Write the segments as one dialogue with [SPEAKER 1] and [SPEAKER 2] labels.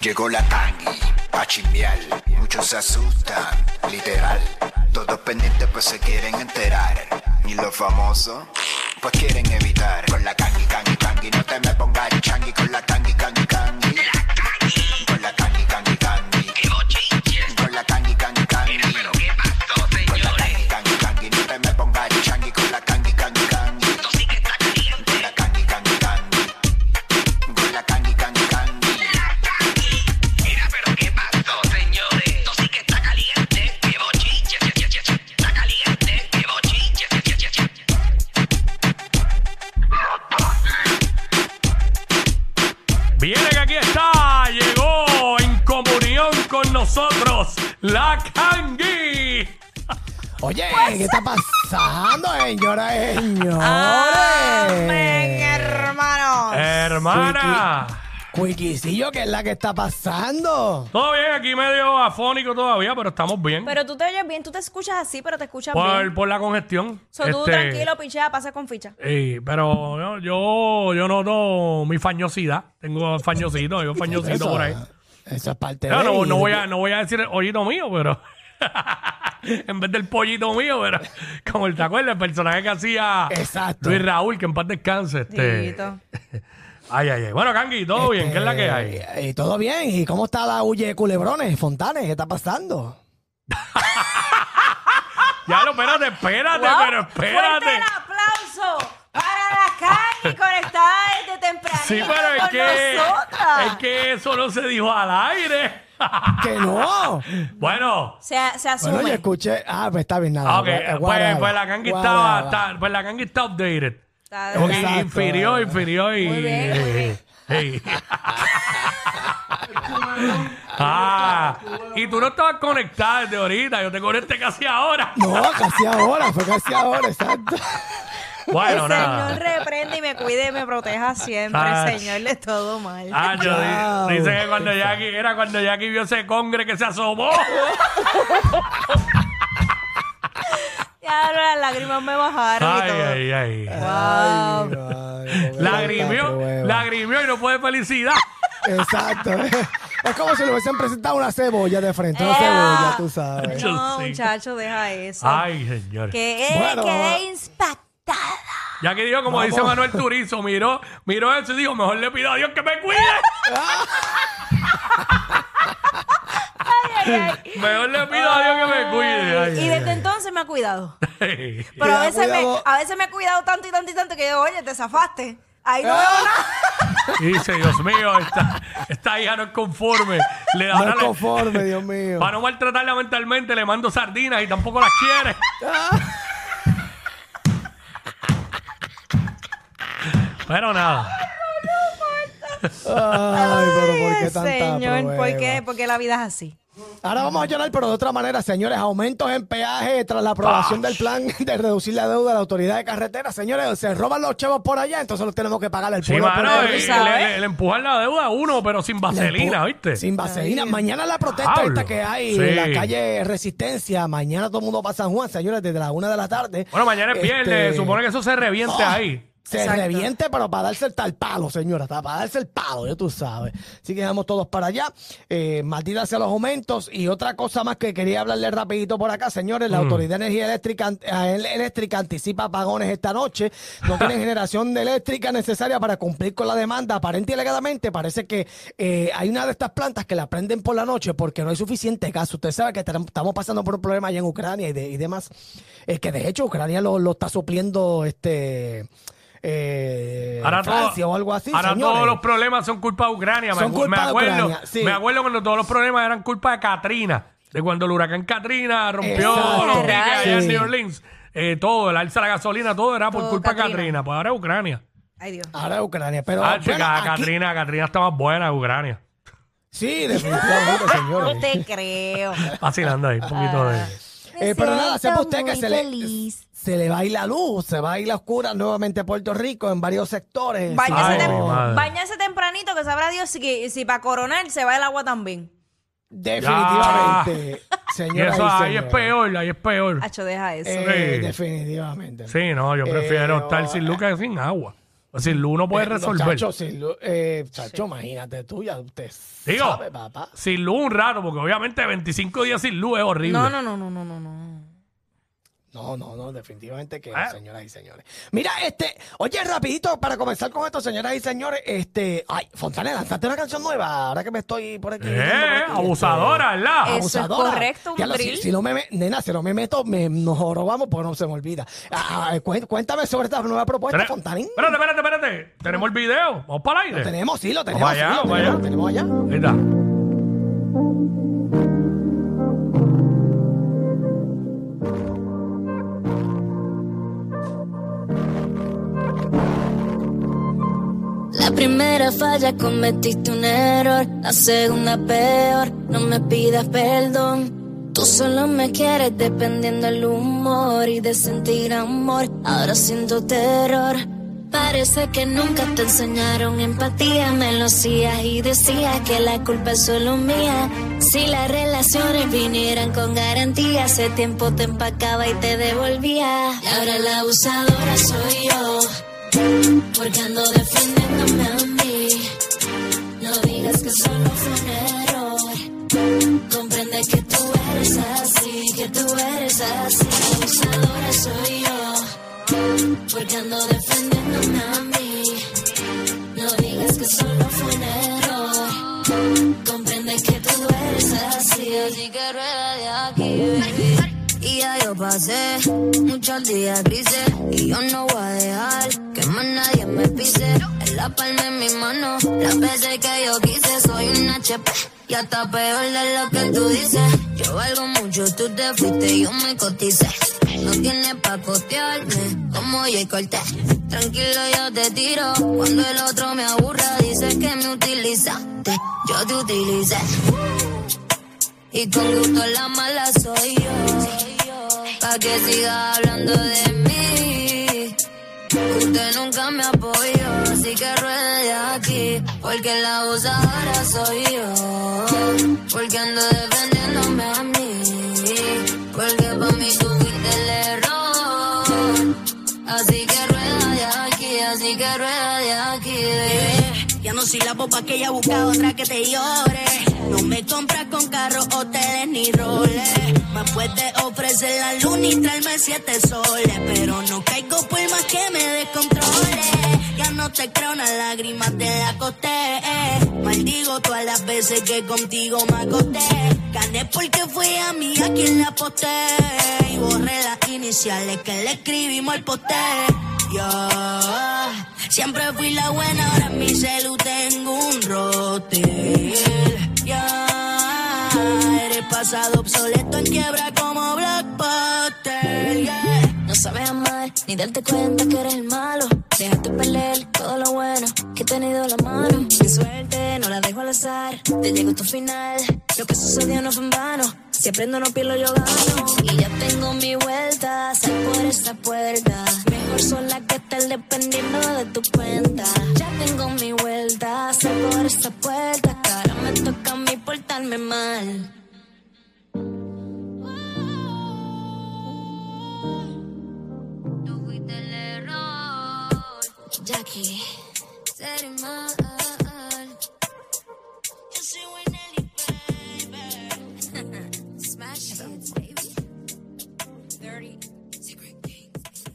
[SPEAKER 1] Llegó la tangi, pa' chimbiar, muchos se asustan, literal. Todos pendientes pues se quieren enterar, y los famosos pues quieren evitar. Con la tangi, tangi, tangi, no te me pongas changi, con la tangi, tangi, tangi. Con la tangi, tangi, tangi. Con la tangi, tangi, tangi. Con la tangi, tangi, tangi, no te me pongas changi, con la tangi, tangi, tangi. Con la tangi, tangi, tangi. Con la tangi, tangi, tangi.
[SPEAKER 2] Mira, pero qué pasó, señores. Esto sí que está caliente, qué bochinche, che, che, che, che. está caliente, qué bochinche, che, che, che, che.
[SPEAKER 3] Viene que aquí está, Ah, llegó en comunión con nosotros la Kangui.
[SPEAKER 4] Oye, ¿qué está pasando, señoras y señores?
[SPEAKER 5] Amén, hermanos.
[SPEAKER 3] Hermana.
[SPEAKER 4] Cuiquicillo, ¿qué es la que está pasando?
[SPEAKER 3] Todo bien, aquí medio afónico todavía, pero estamos bien.
[SPEAKER 5] Pero tú te oyes bien, tú te escuchas así, pero te escuchas
[SPEAKER 3] por,
[SPEAKER 5] bien.
[SPEAKER 3] por la congestión.
[SPEAKER 5] So, tú
[SPEAKER 3] Este,
[SPEAKER 5] tranquilo, pichea, pasa con ficha.
[SPEAKER 3] sí, pero yo, yo, yo noto mi fañosidad. Tengo fañosito, yo fañosito por ahí.
[SPEAKER 4] Eso es parte
[SPEAKER 3] No,
[SPEAKER 4] de
[SPEAKER 3] no, no voy a, no voy a decir el hoyito mío, pero. en vez del pollito mío, pero. Como el, ¿te acuerdas? El personaje que hacía
[SPEAKER 4] Exacto.
[SPEAKER 3] Luis Raúl, que en paz descanse. Este,
[SPEAKER 5] Dito.
[SPEAKER 3] Ay, ay, ay. Bueno, Kangui,
[SPEAKER 5] Este,
[SPEAKER 3] todo bien, ¿qué es la que hay?
[SPEAKER 4] Y Eh, todo bien. ¿Y cómo está la huye de culebrones, Fontanes? ¿Qué está pasando?
[SPEAKER 3] Ya lo, espérate, espérate,
[SPEAKER 5] ah, Wow.
[SPEAKER 3] pero
[SPEAKER 5] Fuerte
[SPEAKER 3] espérate.
[SPEAKER 5] el aplauso para la Cani conectada desde temprano.
[SPEAKER 3] Sí, pero es
[SPEAKER 5] con
[SPEAKER 3] que,
[SPEAKER 5] nosotras.
[SPEAKER 3] es que eso no se dijo al aire.
[SPEAKER 4] ¡Que no!
[SPEAKER 3] bueno,
[SPEAKER 5] Se, se asume.
[SPEAKER 4] bueno, yo escuché... Ah, pues está bien, nada.
[SPEAKER 3] ok, pues,
[SPEAKER 4] Guaraba,
[SPEAKER 3] pues la Kangui estaba,
[SPEAKER 4] guaraba.
[SPEAKER 3] está- pues la Kangui está updated.
[SPEAKER 5] Está de
[SPEAKER 3] Ok,
[SPEAKER 5] verdad.
[SPEAKER 4] Exacto.
[SPEAKER 3] infirió, infirió y...
[SPEAKER 5] Muy bien, muy bien.
[SPEAKER 3] Sí. ah, y tú no estabas conectada desde ahorita, yo te conecté casi ahora.
[SPEAKER 4] No, casi ahora, fue casi ahora, exacto.
[SPEAKER 3] Bueno,
[SPEAKER 5] El
[SPEAKER 3] nada.
[SPEAKER 5] Señor reprende y me cuide y me proteja siempre,
[SPEAKER 3] Ah.
[SPEAKER 5] Señor, de todo mal.
[SPEAKER 3] Ah, yo
[SPEAKER 4] Wow.
[SPEAKER 3] di- dice que cuando Jackie, era cuando Jackie vio ese congre que se asomó.
[SPEAKER 5] Ya ahora las lágrimas me bajaron y
[SPEAKER 3] Ay,
[SPEAKER 5] todo.
[SPEAKER 3] ay, ay.
[SPEAKER 5] Wow.
[SPEAKER 4] Ay, no me levanta, qué
[SPEAKER 3] Lagrimió,
[SPEAKER 4] hueva.
[SPEAKER 3] lagrimió y no fue de felicidad.
[SPEAKER 4] Exacto. Es como si le hubiesen presentado una cebolla de frente, una
[SPEAKER 5] Ea.
[SPEAKER 4] cebolla, tú sabes.
[SPEAKER 3] Yo
[SPEAKER 5] No,
[SPEAKER 3] sí.
[SPEAKER 5] muchacho, deja eso.
[SPEAKER 3] Ay, señor.
[SPEAKER 5] Que eh,
[SPEAKER 4] Bueno,
[SPEAKER 5] quedé
[SPEAKER 4] va.
[SPEAKER 5] impactada.
[SPEAKER 3] Jackie dijo, como dice
[SPEAKER 4] Vamos.
[SPEAKER 3] Manuel Turizo, miró, miró eso y dijo, mejor le pido a Dios que me cuide. Mejor le pido a Dios que me cuide. Ay,
[SPEAKER 5] Y
[SPEAKER 3] ay,
[SPEAKER 5] desde entonces me ha cuidado.
[SPEAKER 3] ay.
[SPEAKER 5] Pero a
[SPEAKER 4] Cuidado,
[SPEAKER 5] veces, me,
[SPEAKER 4] cuidado.
[SPEAKER 5] a veces me he cuidado tanto y tanto y tanto que yo, oye, te zafaste. Ahí no
[SPEAKER 4] Ah,
[SPEAKER 5] veo nada.
[SPEAKER 3] Y dice, Dios mío, esta, esta hija no es conforme. Le da
[SPEAKER 4] No
[SPEAKER 3] una-
[SPEAKER 4] es conforme, Dios mío.
[SPEAKER 3] Para no maltratarla mentalmente, le mando sardinas y tampoco las quiere. Pero nada.
[SPEAKER 4] Ay, pero ¿por qué tanta
[SPEAKER 5] Señor, ¿por
[SPEAKER 4] prueba?
[SPEAKER 5] qué? Porque la vida es así.
[SPEAKER 4] Ahora vamos a llorar, pero de otra manera, señores. Aumentos en peaje tras la aprobación
[SPEAKER 3] Ah.
[SPEAKER 4] del plan de reducir la deuda de la autoridad de carretera. Señores, se roban los chavos por allá, entonces los tenemos que pagar al
[SPEAKER 3] Sí,
[SPEAKER 4] pueblo.
[SPEAKER 3] mano,
[SPEAKER 4] por
[SPEAKER 3] y
[SPEAKER 4] ahí.
[SPEAKER 3] le,
[SPEAKER 5] ¿sabes?
[SPEAKER 3] le- le empujan la deuda a uno, pero sin vaselina, ¿viste?
[SPEAKER 4] ¿eh? Sin vaselina. Mañana la protesta
[SPEAKER 3] Pablo.
[SPEAKER 4] esta que hay
[SPEAKER 3] Sí.
[SPEAKER 4] en la calle Resistencia. Mañana todo el mundo va a San Juan, señores, desde las una de la tarde.
[SPEAKER 3] Bueno, mañana es
[SPEAKER 4] Este, ¡Ah!
[SPEAKER 3] viernes, supone que eso se reviente ahí.
[SPEAKER 4] Se
[SPEAKER 5] Exacto.
[SPEAKER 4] reviente, pero para darse el tal palo, señora, ta- para darse el palo, ya tú sabes. Así que vamos todos para allá. Eh, maldita sea los aumentos. Y otra cosa más que quería hablarle rapidito por acá, señores. La Autoridad de Energía Eléctrica, an- a- el- Eléctrica anticipa apagones esta noche. No tienen generación de eléctrica necesaria para cumplir con la demanda. Aparente y alegadamente parece que eh, hay una de estas plantas que la prenden por la noche porque no hay suficiente gas. Usted sabe que tra- estamos pasando por un problema allá en Ucrania y, de- y demás. Es que de hecho Ucrania lo, lo está supliendo este eh,
[SPEAKER 3] Ahora, todo-
[SPEAKER 4] Francia o algo así.
[SPEAKER 3] ahora
[SPEAKER 4] señores.
[SPEAKER 3] todos los problemas son culpa de Ucrania. me
[SPEAKER 4] Son
[SPEAKER 3] acu- me
[SPEAKER 4] culpa de
[SPEAKER 3] acuerdo,
[SPEAKER 4] Ucrania, sí.
[SPEAKER 3] Me acuerdo cuando todos los problemas eran culpa de Katrina. De cuando el huracán Katrina rompió
[SPEAKER 4] Exacto.
[SPEAKER 3] los piques allá en
[SPEAKER 4] Sí.
[SPEAKER 3] New Orleans. Eh, todo, el alza de la gasolina, todo era por
[SPEAKER 5] Todo
[SPEAKER 3] culpa de
[SPEAKER 5] Katrina.
[SPEAKER 3] Katrina. Pues ahora es Ucrania.
[SPEAKER 5] Ay, Dios.
[SPEAKER 4] Ahora es Ucrania, pero
[SPEAKER 3] Ah,
[SPEAKER 4] bueno,
[SPEAKER 3] chica,
[SPEAKER 4] aquí-
[SPEAKER 3] Katrina, Katrina está más buena que Ucrania.
[SPEAKER 4] Sí, definitivamente, Ah, señores.
[SPEAKER 5] No te creo.
[SPEAKER 3] Vacilando ahí, un poquito de.
[SPEAKER 4] Eh, pero nada, sepa usted que
[SPEAKER 6] muy
[SPEAKER 4] se le,
[SPEAKER 6] feliz.
[SPEAKER 4] se le va a ir la luz, se va a ir la oscura nuevamente a Puerto Rico en varios sectores.
[SPEAKER 5] Báñese,
[SPEAKER 3] Ay,
[SPEAKER 5] tem-
[SPEAKER 3] mi madre.
[SPEAKER 5] báñese tempranito, que sabrá Dios si, que- si para coronar se va el agua también.
[SPEAKER 4] Definitivamente,
[SPEAKER 3] Y
[SPEAKER 4] señoras
[SPEAKER 3] eso
[SPEAKER 4] y
[SPEAKER 3] ahí es
[SPEAKER 4] señores.
[SPEAKER 3] peor, ahí es peor.
[SPEAKER 5] Hacho, deja eso.
[SPEAKER 4] Eh,
[SPEAKER 3] Sí.
[SPEAKER 4] Definitivamente.
[SPEAKER 3] Sí, no, yo
[SPEAKER 4] Eh,
[SPEAKER 3] prefiero estar
[SPEAKER 4] no,
[SPEAKER 3] sin luz que sin agua. Sin luz no puedes
[SPEAKER 4] Eh, no,
[SPEAKER 3] resolver.
[SPEAKER 4] chacho, sin luz, eh, chacho, imagínate tú, ya usted
[SPEAKER 3] Digo,
[SPEAKER 4] sabe, papá.
[SPEAKER 3] sin luz un rato, porque obviamente 25 días sin luz es horrible.
[SPEAKER 5] no, no, no, no, no, no, no.
[SPEAKER 4] No, no, no, definitivamente que
[SPEAKER 3] Ah.
[SPEAKER 4] no, señoras y señores. Mira, este, oye, rapidito, para comenzar con esto, señoras y señores, este, ay, Fontanela, lanzaste una canción nueva, ahora que me estoy por aquí.
[SPEAKER 3] Eh,
[SPEAKER 4] por aquí, este,
[SPEAKER 3] abusadora, ¿verdad?
[SPEAKER 5] Eso es correcto, un
[SPEAKER 4] Ya lo- si-
[SPEAKER 5] drill.
[SPEAKER 4] Si, no me, me- nena, si no me meto, me, nos jorobamos porque no se me olvida. Ah, ah, cuen- cuéntame sobre esta nueva propuesta,
[SPEAKER 3] Espera-
[SPEAKER 4] Fontanín.
[SPEAKER 3] Espérate, espérate, espérate. Tenemos el video. Vamos para el
[SPEAKER 4] Lo
[SPEAKER 3] aire.
[SPEAKER 4] tenemos, sí, lo tenemos.
[SPEAKER 3] allá,
[SPEAKER 4] sí, lo
[SPEAKER 3] eh, vamos
[SPEAKER 4] tenemos,
[SPEAKER 3] allá.
[SPEAKER 4] lo tenemos allá.
[SPEAKER 3] Ahí está.
[SPEAKER 6] La primera falla cometiste un error, la segunda peor, no me pidas perdón. Tú solo me quieres dependiendo del humor y de sentir amor, ahora siento terror. Parece que nunca te enseñaron empatía, me lo hacías y decías que la culpa es solo mía. Si las relaciones vinieran con garantía, hace tiempo te empacaba y te devolvía. Y ahora la abusadora soy yo. Porque ando defendiéndome a mí. No digas que solo fue un error. Comprende que tú eres así, que tú eres así. La abusadora soy yo. Porque ando defendiéndome a mí. No digas que solo fue un error. Comprende que tú eres así, así que rueda de aquí, baby. Y ya yo pasé muchos días grises y yo no voy a dejar que más nadie me pise. En la palma de mi mano, las veces que yo quise, soy un HP y hasta peor de lo que tú dices. Yo valgo mucho, tú te fuiste y yo me cotice. No tienes pa' costearme como Jay Cortez. Tranquilo, yo te tiro. Cuando el otro me aburra, dices que me utilizaste. Yo te utilicé. Y con gusto la mala soy yo. Pa' que siga hablando de mí. Usted nunca me apoyó, así que ruede de aquí. Porque la abusadora soy yo. Porque ando defendiéndome a mí. Porque pa' mí tú fuiste el error. Así que rueda de aquí, así que rueda de aquí.
[SPEAKER 7] Ya no soy la popa que ella busca otra que te llore. No me compras con carro, hoteles ni roles. Me puedes ofrecer la luna y traerme siete soles. Pero no caigo por más que me descontrole. Ya no te creo una lágrima, te la costé. Maldigo todas las veces que contigo me acosté. Gané porque fui a mí a quien la aposté. Y borré las iniciales que le escribimos al poste. Yo siempre fui la buena, ahora en mi celu tengo un rotel. Ya eres pasado obsoleto en quiebra como Black Panther. Yeah.
[SPEAKER 6] No sabes amar, ni darte cuenta que eres el malo. Déjate perder todo lo bueno que he tenido en la mano. Mi suerte no la dejo al azar. Te llegó tu final. Lo que sucedió no fue en vano. Si aprendo, no pierdo, yo gano. Y ya tengo mi vuelta, sal por esa puerta. Mejor sola que estar dependiendo de tu cuenta. Ya tengo mi vuelta, sal por esa puerta. Ahora me toca a mí portarme mal. Tú fuiste el error. aquí sería mal. Yo soy Winelli, baby. Smash it, baby. Dirty Secret Kings.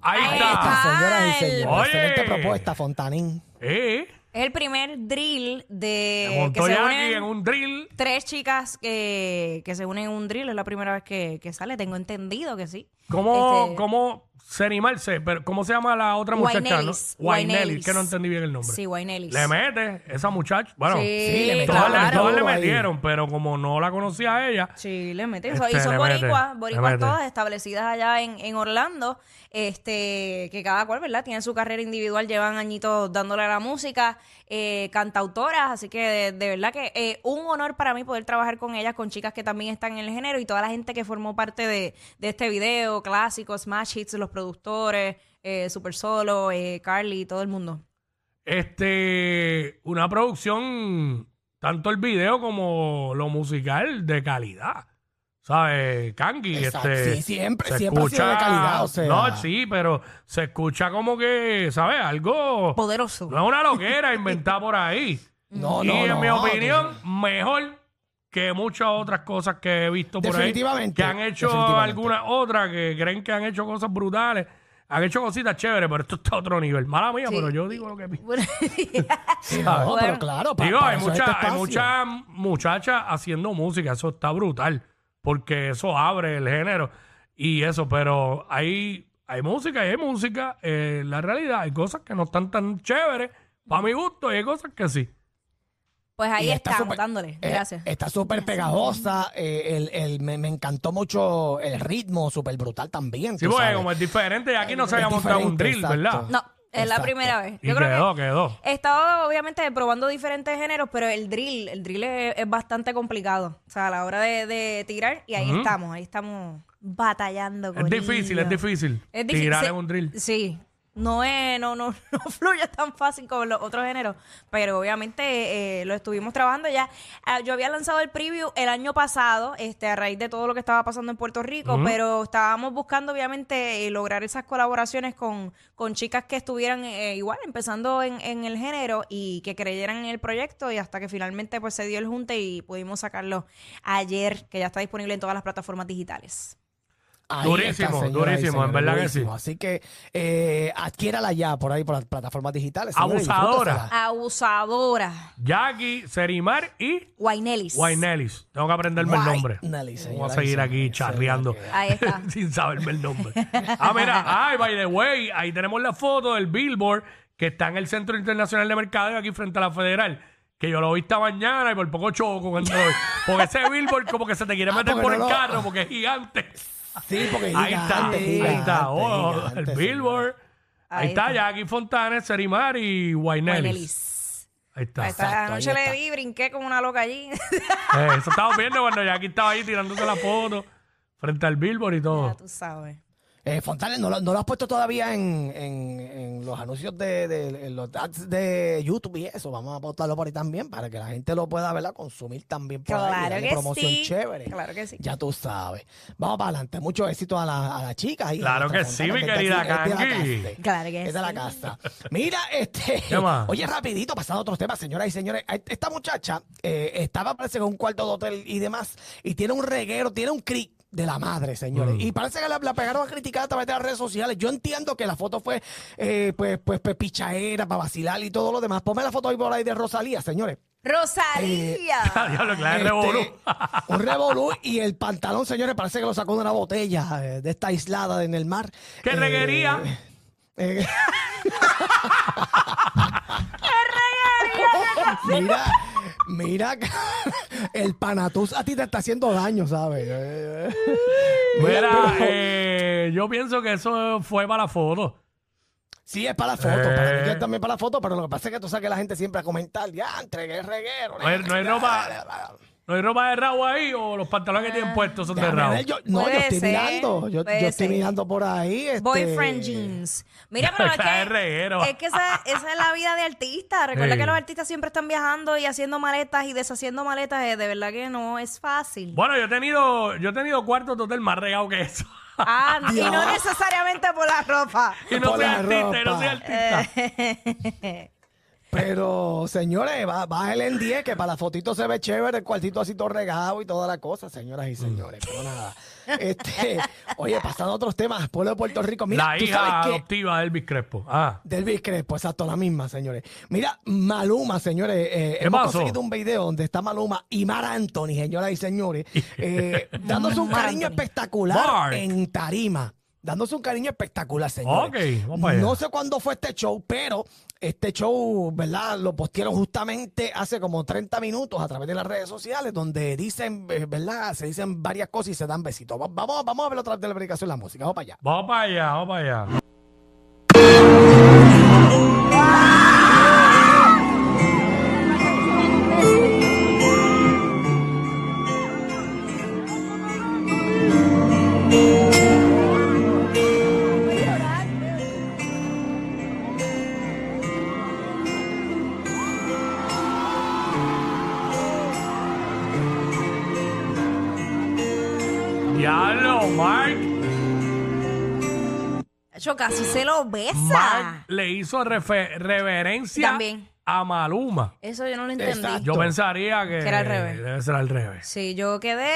[SPEAKER 3] Ahí,
[SPEAKER 5] Ahí
[SPEAKER 3] está.
[SPEAKER 5] está.
[SPEAKER 4] Señoras y señores,
[SPEAKER 3] Oye.
[SPEAKER 4] excelente propuesta, Fontanín.
[SPEAKER 3] Eh,
[SPEAKER 5] Es el primer drill
[SPEAKER 3] se
[SPEAKER 5] de.
[SPEAKER 3] montó
[SPEAKER 5] que se
[SPEAKER 3] Jackie
[SPEAKER 5] unen
[SPEAKER 3] en un drill.
[SPEAKER 5] Tres chicas que, que se unen en un drill. Es la primera vez que, que sale. Tengo entendido que sí.
[SPEAKER 3] ¿Cómo,
[SPEAKER 5] Este-
[SPEAKER 3] cómo se animarse? Pero, ¿Cómo se llama la otra muchacha? ¿no?
[SPEAKER 5] Wainelis,
[SPEAKER 3] Wainelis,
[SPEAKER 5] Wainelis.
[SPEAKER 3] que no entendí bien el nombre.
[SPEAKER 5] Sí, Wainelis.
[SPEAKER 3] Le mete esa muchacha. Bueno,
[SPEAKER 5] Sí, le
[SPEAKER 3] todas, le-
[SPEAKER 5] claro.
[SPEAKER 3] todas le,
[SPEAKER 4] Duro ahí.
[SPEAKER 3] metieron, pero como no la conocía a ella,
[SPEAKER 5] Sí, le mete.
[SPEAKER 3] Este,
[SPEAKER 5] y son
[SPEAKER 3] le mete,
[SPEAKER 5] boricuas,
[SPEAKER 3] le
[SPEAKER 5] boricuas
[SPEAKER 3] mete.
[SPEAKER 5] todas establecidas allá en, en Orlando, este, que cada cual, ¿verdad? Tiene su carrera individual, llevan añitos dándole a la música, eh, cantautoras, así que de, de verdad que eh, un honor para mí poder trabajar con ellas, con chicas que también están en el género y toda la gente que formó parte de, de este video, clásicos, Smash Hits, los productores, eh, Super Solo, eh, Carly, todo el mundo.
[SPEAKER 3] este, una producción, tanto el video como lo musical, de calidad. ¿Sabes? Kangi,
[SPEAKER 4] Exacto.
[SPEAKER 3] este.
[SPEAKER 4] Sí, siempre,
[SPEAKER 3] se
[SPEAKER 4] siempre ha sido de calidad, o sea.
[SPEAKER 3] No, sí, pero se escucha como que, ¿sabes? Algo.
[SPEAKER 5] Poderoso.
[SPEAKER 3] No es una loquera inventada por ahí.
[SPEAKER 4] No,
[SPEAKER 3] y
[SPEAKER 4] no,
[SPEAKER 3] en
[SPEAKER 4] no,
[SPEAKER 3] mi
[SPEAKER 4] no.
[SPEAKER 3] opinión, mejor que muchas otras cosas que he visto por ahí.
[SPEAKER 4] Definitivamente,
[SPEAKER 3] Que han hecho
[SPEAKER 4] definitivamente.
[SPEAKER 3] algunas otras que creen que han hecho cosas brutales. Han hecho cositas chéveres, pero esto está a otro nivel. Mala mía,
[SPEAKER 5] Sí.
[SPEAKER 3] pero yo digo lo que pienso.
[SPEAKER 4] Sí, no,
[SPEAKER 5] Bueno.
[SPEAKER 4] pero claro, pa-
[SPEAKER 3] Ah, Digo,
[SPEAKER 4] para
[SPEAKER 3] hay
[SPEAKER 4] eso es
[SPEAKER 3] muchas
[SPEAKER 4] este
[SPEAKER 3] hay
[SPEAKER 4] espacio.
[SPEAKER 3] muchas muchachas haciendo música, eso está brutal, porque eso abre el género y eso, pero hay, hay música y hay música, eh, la realidad, hay cosas que no están tan chéveres para mi gusto y hay cosas que sí.
[SPEAKER 5] Pues ahí
[SPEAKER 4] Y está
[SPEAKER 5] están,
[SPEAKER 4] súper-
[SPEAKER 5] dándole.
[SPEAKER 4] eh,
[SPEAKER 5] Gracias.
[SPEAKER 4] está súper pegajosa. eh, el, el- me, me encantó mucho el ritmo, súper brutal también.
[SPEAKER 3] Sí,
[SPEAKER 4] tú
[SPEAKER 3] porque
[SPEAKER 4] sabes.
[SPEAKER 3] como es diferente, aquí no se
[SPEAKER 4] Es
[SPEAKER 3] había montado un
[SPEAKER 4] diferente,
[SPEAKER 3] drill, ¿verdad?
[SPEAKER 4] exacto.
[SPEAKER 5] No, es la
[SPEAKER 4] Exacto.
[SPEAKER 5] primera vez.
[SPEAKER 3] Y
[SPEAKER 5] Yo creo
[SPEAKER 3] quedó,
[SPEAKER 5] que
[SPEAKER 3] quedó.
[SPEAKER 5] he estado obviamente probando diferentes géneros, pero el drill, el drill es, es bastante complicado. O sea, a la hora de, de tirar, y ahí estamos, ahí estamos batallando con
[SPEAKER 3] Es difícil, es difícil. Tirar en un drill.
[SPEAKER 5] Sí. No es, no, no, no fluye tan fácil como los otros géneros. Pero obviamente eh, lo estuvimos trabajando ya. Ah, yo había lanzado el preview el año pasado, este, a raíz de todo lo que estaba pasando en Puerto Rico, pero estábamos buscando obviamente eh, lograr esas colaboraciones con, con chicas que estuvieran eh, igual, empezando en, en el género y que creyeran en el proyecto. Y hasta que finalmente pues se dio el junte y pudimos sacarlo ayer, que ya está disponible en todas las plataformas digitales.
[SPEAKER 4] Ahí
[SPEAKER 3] Durísimo,
[SPEAKER 4] está, señoras y
[SPEAKER 3] durísimo, en
[SPEAKER 4] señores,
[SPEAKER 3] verdad que
[SPEAKER 4] durísimo.
[SPEAKER 3] sí.
[SPEAKER 4] Así que eh, adquiérala ya por ahí, por las plataformas digitales. señores,
[SPEAKER 3] Abusadora.
[SPEAKER 4] disfrútesela.
[SPEAKER 5] Abusadora.
[SPEAKER 3] Jackie, Serimar y
[SPEAKER 5] Wainelis.
[SPEAKER 3] Wainelis. Tengo que aprenderme el
[SPEAKER 4] Guay,
[SPEAKER 3] nombre.
[SPEAKER 4] Nelly, señora,
[SPEAKER 3] Vamos a seguir
[SPEAKER 4] señora,
[SPEAKER 3] aquí
[SPEAKER 4] señora,
[SPEAKER 3] charreando.
[SPEAKER 4] que-
[SPEAKER 5] Ahí está.
[SPEAKER 3] sin saberme el nombre. Ah, mira, ay, by the way, ahí tenemos la foto del billboard que está en el Centro Internacional de Mercadeo aquí frente a la Federal. Que yo lo vi esta mañana y por poco choco cuando lo vi. Porque ese billboard como que se te quiere
[SPEAKER 4] Ah,
[SPEAKER 3] meter
[SPEAKER 4] porque
[SPEAKER 3] por el
[SPEAKER 4] no lo-
[SPEAKER 3] carro porque es gigante.
[SPEAKER 4] Sí, porque es
[SPEAKER 3] Ahí está,
[SPEAKER 4] gigante,
[SPEAKER 3] ahí
[SPEAKER 4] gigante,
[SPEAKER 3] está. oh,
[SPEAKER 4] gigante,
[SPEAKER 3] el
[SPEAKER 4] señora.
[SPEAKER 3] billboard. Ahí,
[SPEAKER 5] Ahí
[SPEAKER 3] está,
[SPEAKER 5] está.
[SPEAKER 3] Jackie Fontanes, Serimar y Wainelis.
[SPEAKER 5] Wainelis.
[SPEAKER 3] Ahí está.
[SPEAKER 5] Ahí está.
[SPEAKER 4] Exacto,
[SPEAKER 5] Anoche
[SPEAKER 4] ahí
[SPEAKER 5] le
[SPEAKER 4] está.
[SPEAKER 5] vi, brinqué como una loca allí.
[SPEAKER 3] Eh, eso estaba viendo cuando Jackie estaba ahí tirándose la foto frente al billboard y todo.
[SPEAKER 5] ya tú sabes.
[SPEAKER 4] Eh, Fontales, ¿no lo, no lo has puesto todavía en, en- en los anuncios de, de- en los ads de YouTube y eso? Vamos a apostarlo por ahí también para que la gente lo pueda ¿verdad? consumir también por ahí,
[SPEAKER 5] Claro
[SPEAKER 4] darle
[SPEAKER 5] que
[SPEAKER 4] promoción
[SPEAKER 5] sí.
[SPEAKER 4] chévere.
[SPEAKER 5] Claro que sí.
[SPEAKER 4] Ya tú sabes. Vamos para adelante. Mucho éxito a la, a la chica. ahí,
[SPEAKER 3] Claro
[SPEAKER 4] a
[SPEAKER 3] que
[SPEAKER 4] nuestra
[SPEAKER 3] sí, mi
[SPEAKER 4] Fontana, que
[SPEAKER 3] querida
[SPEAKER 4] es de- es de la
[SPEAKER 3] Kangi.
[SPEAKER 4] casa.
[SPEAKER 5] Claro que
[SPEAKER 4] Es de la
[SPEAKER 5] sí.
[SPEAKER 4] casa. Mira, este.
[SPEAKER 3] ¿Qué más?
[SPEAKER 4] Oye, rapidito, pasando a otros temas, señoras y señores. Esta muchacha eh, estaba, parece que en un cuarto de hotel y demás, y tiene un reguero, tiene un cric de la madre, señores. Y parece que la, la pegaron a criticar a través de las redes sociales. Yo entiendo que la foto fue, eh, pues, pues, pues, pichaera, para vacilar y todo lo demás. Ponme la foto ahí por ahí de Rosalía, señores.
[SPEAKER 5] Rosalía.
[SPEAKER 3] Diablo, claro,
[SPEAKER 4] Este,
[SPEAKER 3] revolú.
[SPEAKER 4] un revolú y el pantalón, señores, parece que lo sacó de una botella eh, de esta aislada en el mar.
[SPEAKER 3] ¡Qué
[SPEAKER 4] Eh,
[SPEAKER 3] reguería!
[SPEAKER 4] eh. mira, mira, el panatús a ti te está haciendo daño, ¿sabes? Eh, eh.
[SPEAKER 3] Mira,
[SPEAKER 4] pero-
[SPEAKER 3] eh, yo pienso que eso fue para la foto.
[SPEAKER 4] Sí, es para la foto,
[SPEAKER 3] Eh.
[SPEAKER 4] para mí que es también para la foto, pero lo que pasa es que tú sabes que la gente siempre a comentar, ya, entregué el reguero.
[SPEAKER 3] No hay, no hay ropa, no hay ropa de rabo ahí o los pantalones que tienen puestos son de
[SPEAKER 4] Ah, Déjame
[SPEAKER 3] rabo.
[SPEAKER 4] ver, yo- no, yo
[SPEAKER 5] Puede
[SPEAKER 4] estoy
[SPEAKER 5] ser,
[SPEAKER 4] mirando, yo, yo
[SPEAKER 5] puede
[SPEAKER 4] estoy
[SPEAKER 5] ser.
[SPEAKER 4] mirando por ahí. este-
[SPEAKER 5] Boyfriend jeans. Mira, pero es
[SPEAKER 3] Está de reguero.
[SPEAKER 5] que, es que esa, esa es la vida de artista. Recuerda
[SPEAKER 3] Sí.
[SPEAKER 5] que los artistas siempre están viajando y haciendo maletas y deshaciendo maletas. eh, De verdad que no es fácil.
[SPEAKER 3] Bueno, yo he tenido, yo he tenido cuartos de hotel más regado que eso.
[SPEAKER 5] Ah, y no necesariamente por la ropa.
[SPEAKER 3] Y no
[SPEAKER 4] Por
[SPEAKER 3] soy
[SPEAKER 4] la
[SPEAKER 3] artista, y no soy
[SPEAKER 4] ropa.
[SPEAKER 3] artista.
[SPEAKER 4] Pero, señores, ba- bájale en 10, que para la fotito se ve chévere, el cuartito así todo regado y toda la cosa, señoras
[SPEAKER 3] Mm.
[SPEAKER 4] y señores. Pero nada. Este, oye, pasando a otros temas, pueblo de Puerto Rico. Mira,
[SPEAKER 3] la
[SPEAKER 4] Eh, ¿tú
[SPEAKER 3] hija
[SPEAKER 4] sabes qué?
[SPEAKER 3] adoptiva de Elvis Crespo. Ah,
[SPEAKER 4] Del Crespo, exacto, la misma, señores. Mira, Maluma, señores. eh,
[SPEAKER 3] ¿Qué
[SPEAKER 4] hemos
[SPEAKER 3] pasó?
[SPEAKER 4] conseguido un video donde está Maluma y Mar Anthony, señoras y señores, eh, dándose un cariño espectacular
[SPEAKER 3] Mark.
[SPEAKER 4] en tarima. Dándose un cariño espectacular, señores.
[SPEAKER 3] Ok, vamos para allá.
[SPEAKER 4] No sé cuándo fue este show, pero este show, ¿verdad? Lo postearon justamente hace como 30 minutos a través de las redes sociales, donde dicen, eh, ¿verdad? Se dicen varias cosas y se dan besitos. Va- Vamos, vamos a verlo a través de la aplicación de la música. Vamos para allá.
[SPEAKER 3] vamos para allá, vamos para allá. Diablo, Mark.
[SPEAKER 5] Yo casi se lo
[SPEAKER 3] Mark
[SPEAKER 5] besa.
[SPEAKER 3] le hizo refe- reverencia
[SPEAKER 5] También.
[SPEAKER 3] a Maluma.
[SPEAKER 5] Eso yo no lo entendí.
[SPEAKER 4] Exacto.
[SPEAKER 3] Yo pensaría que
[SPEAKER 5] Que era al revés.
[SPEAKER 3] debe ser al revés.
[SPEAKER 5] Sí, yo quedé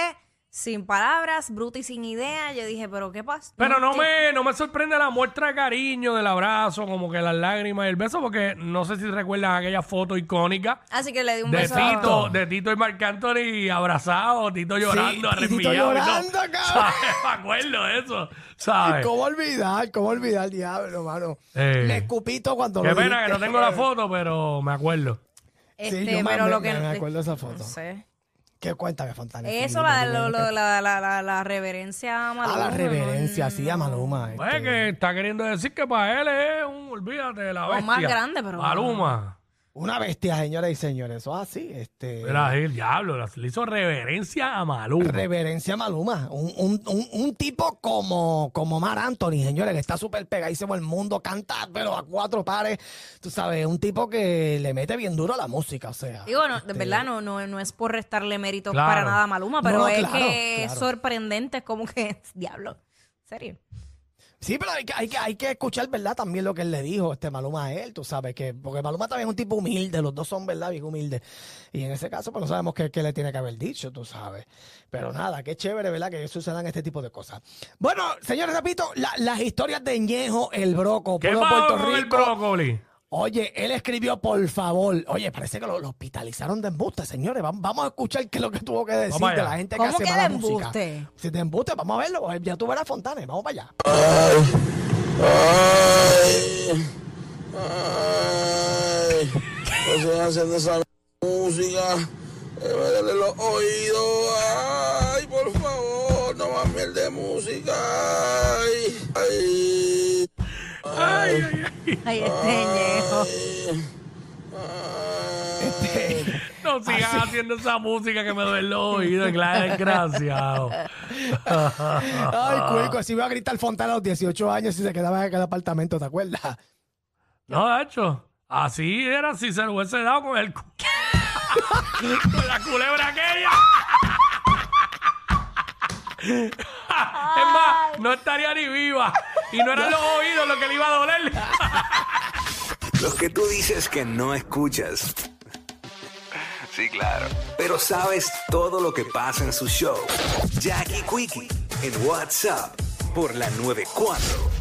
[SPEAKER 5] sin palabras, bruta y sin idea. Yo dije, pero ¿qué pasa?
[SPEAKER 3] Pero no
[SPEAKER 5] ¿Qué?
[SPEAKER 3] me, no me sorprende la muestra de cariño, del abrazo, como que las lágrimas y el beso, porque no sé si recuerdan aquella foto icónica
[SPEAKER 5] Así que le di un
[SPEAKER 3] de
[SPEAKER 5] beso.
[SPEAKER 3] Tito, de Tito y Marc Anthony abrazados, Tito llorando,
[SPEAKER 4] y Tito
[SPEAKER 3] arrepillado y todo.
[SPEAKER 4] llorando, cabrón.
[SPEAKER 3] ¿Sabes? Me acuerdo de eso, ¿sabes?
[SPEAKER 4] ¿Cómo olvidar? ¿Cómo olvidar, diablo, mano?
[SPEAKER 3] Eh.
[SPEAKER 4] Me escupito cuando
[SPEAKER 3] Qué
[SPEAKER 4] lo
[SPEAKER 3] pena que no
[SPEAKER 4] dijiste.
[SPEAKER 3] tengo la foto, pero me acuerdo.
[SPEAKER 5] Este,
[SPEAKER 4] yo me-
[SPEAKER 5] pero
[SPEAKER 4] me-
[SPEAKER 5] lo que
[SPEAKER 4] me- me acuerdo de esa foto.
[SPEAKER 5] No sé.
[SPEAKER 4] ¿Qué cuenta que Fontana?
[SPEAKER 5] Eso,
[SPEAKER 4] Infinita,
[SPEAKER 5] la,
[SPEAKER 4] dime,
[SPEAKER 5] lo-
[SPEAKER 4] dime,
[SPEAKER 5] lo- la, la, la, la reverencia a
[SPEAKER 4] qué- A
[SPEAKER 5] Maluma.
[SPEAKER 4] la reverencia, sí, a Maluma.
[SPEAKER 3] Pues
[SPEAKER 4] este.
[SPEAKER 3] que está queriendo decir que para él es un, olvídate, la
[SPEAKER 5] O
[SPEAKER 3] bestia.
[SPEAKER 5] más grande, pero-
[SPEAKER 3] Maluma.
[SPEAKER 4] Una bestia, señoras y señores. Eso así, este.
[SPEAKER 3] Era el diablo, la- le hizo reverencia a Maluma.
[SPEAKER 4] Reverencia a Maluma. Un, un, un, un tipo como, como Mar Anthony, señores, que está súper pegadísimo el mundo, canta, pero a cuatro pares. Tú sabes, un tipo que le mete bien duro a la música, o sea.
[SPEAKER 5] Y bueno,
[SPEAKER 4] este,
[SPEAKER 5] de verdad no, no, no es por restarle mérito
[SPEAKER 3] Claro.
[SPEAKER 5] para nada a Maluma, pero
[SPEAKER 4] No, no,
[SPEAKER 5] es
[SPEAKER 4] claro,
[SPEAKER 5] que es
[SPEAKER 4] claro. Este
[SPEAKER 5] sorprendente, es como que, diablo, ¿en serio.
[SPEAKER 4] Sí, pero hay que, hay, que, hay que escuchar, ¿verdad? También lo que él le dijo, este Maluma a él, tú sabes, que porque Maluma también es un tipo humilde, los dos son, ¿verdad? Bien humildes. Y en ese caso, pues no sabemos qué, qué le tiene que haber dicho, tú sabes. Pero nada, qué chévere, ¿verdad? Que sucedan este tipo de cosas. Bueno, señores, repito, la- las historias de Ñejo, el broco,
[SPEAKER 3] ¿Qué
[SPEAKER 4] pueblo de
[SPEAKER 3] pasó
[SPEAKER 4] Puerto
[SPEAKER 3] con el
[SPEAKER 4] Rico.
[SPEAKER 3] brócoli?
[SPEAKER 4] Oye, él escribió, por favor. Oye, parece que lo, lo hospitalizaron de embuste, señores. Vamos, vamos a escuchar qué es lo que tuvo que decir
[SPEAKER 3] Vamos
[SPEAKER 4] de
[SPEAKER 3] allá.
[SPEAKER 4] la gente que
[SPEAKER 5] ¿Cómo
[SPEAKER 4] hace
[SPEAKER 5] que
[SPEAKER 4] mala
[SPEAKER 5] de
[SPEAKER 4] música.
[SPEAKER 5] embuste?
[SPEAKER 4] Si te embuste, vamos a verlo. Ya tú verás Fontanes, vamos para allá.
[SPEAKER 8] Ay, ay, no sigan haciendo esa música, eh, me duele los oídos, ay, por favor, no más miel de música, ay, ay,
[SPEAKER 5] Ay, este
[SPEAKER 4] Oh.
[SPEAKER 5] ñejo.
[SPEAKER 8] ay.
[SPEAKER 4] Ah,
[SPEAKER 3] No sigan haciendo esa música que me duele el oído, claro, desgraciado.
[SPEAKER 4] Ay, cuico, si iba a gritar Fontana a los 18 años y se quedaba en aquel apartamento, ¿te acuerdas?
[SPEAKER 3] No, Nacho, así era si se lo hubiese dado con el... cu- con la culebra aquella. es más, no estaría ni viva. Y no eran los oídos lo que le iba a doler.
[SPEAKER 9] Los que tú dices que no escuchas. Sí, claro. Pero sabes todo lo que pasa en su show. Jackie Quickie en WhatsApp por la 94.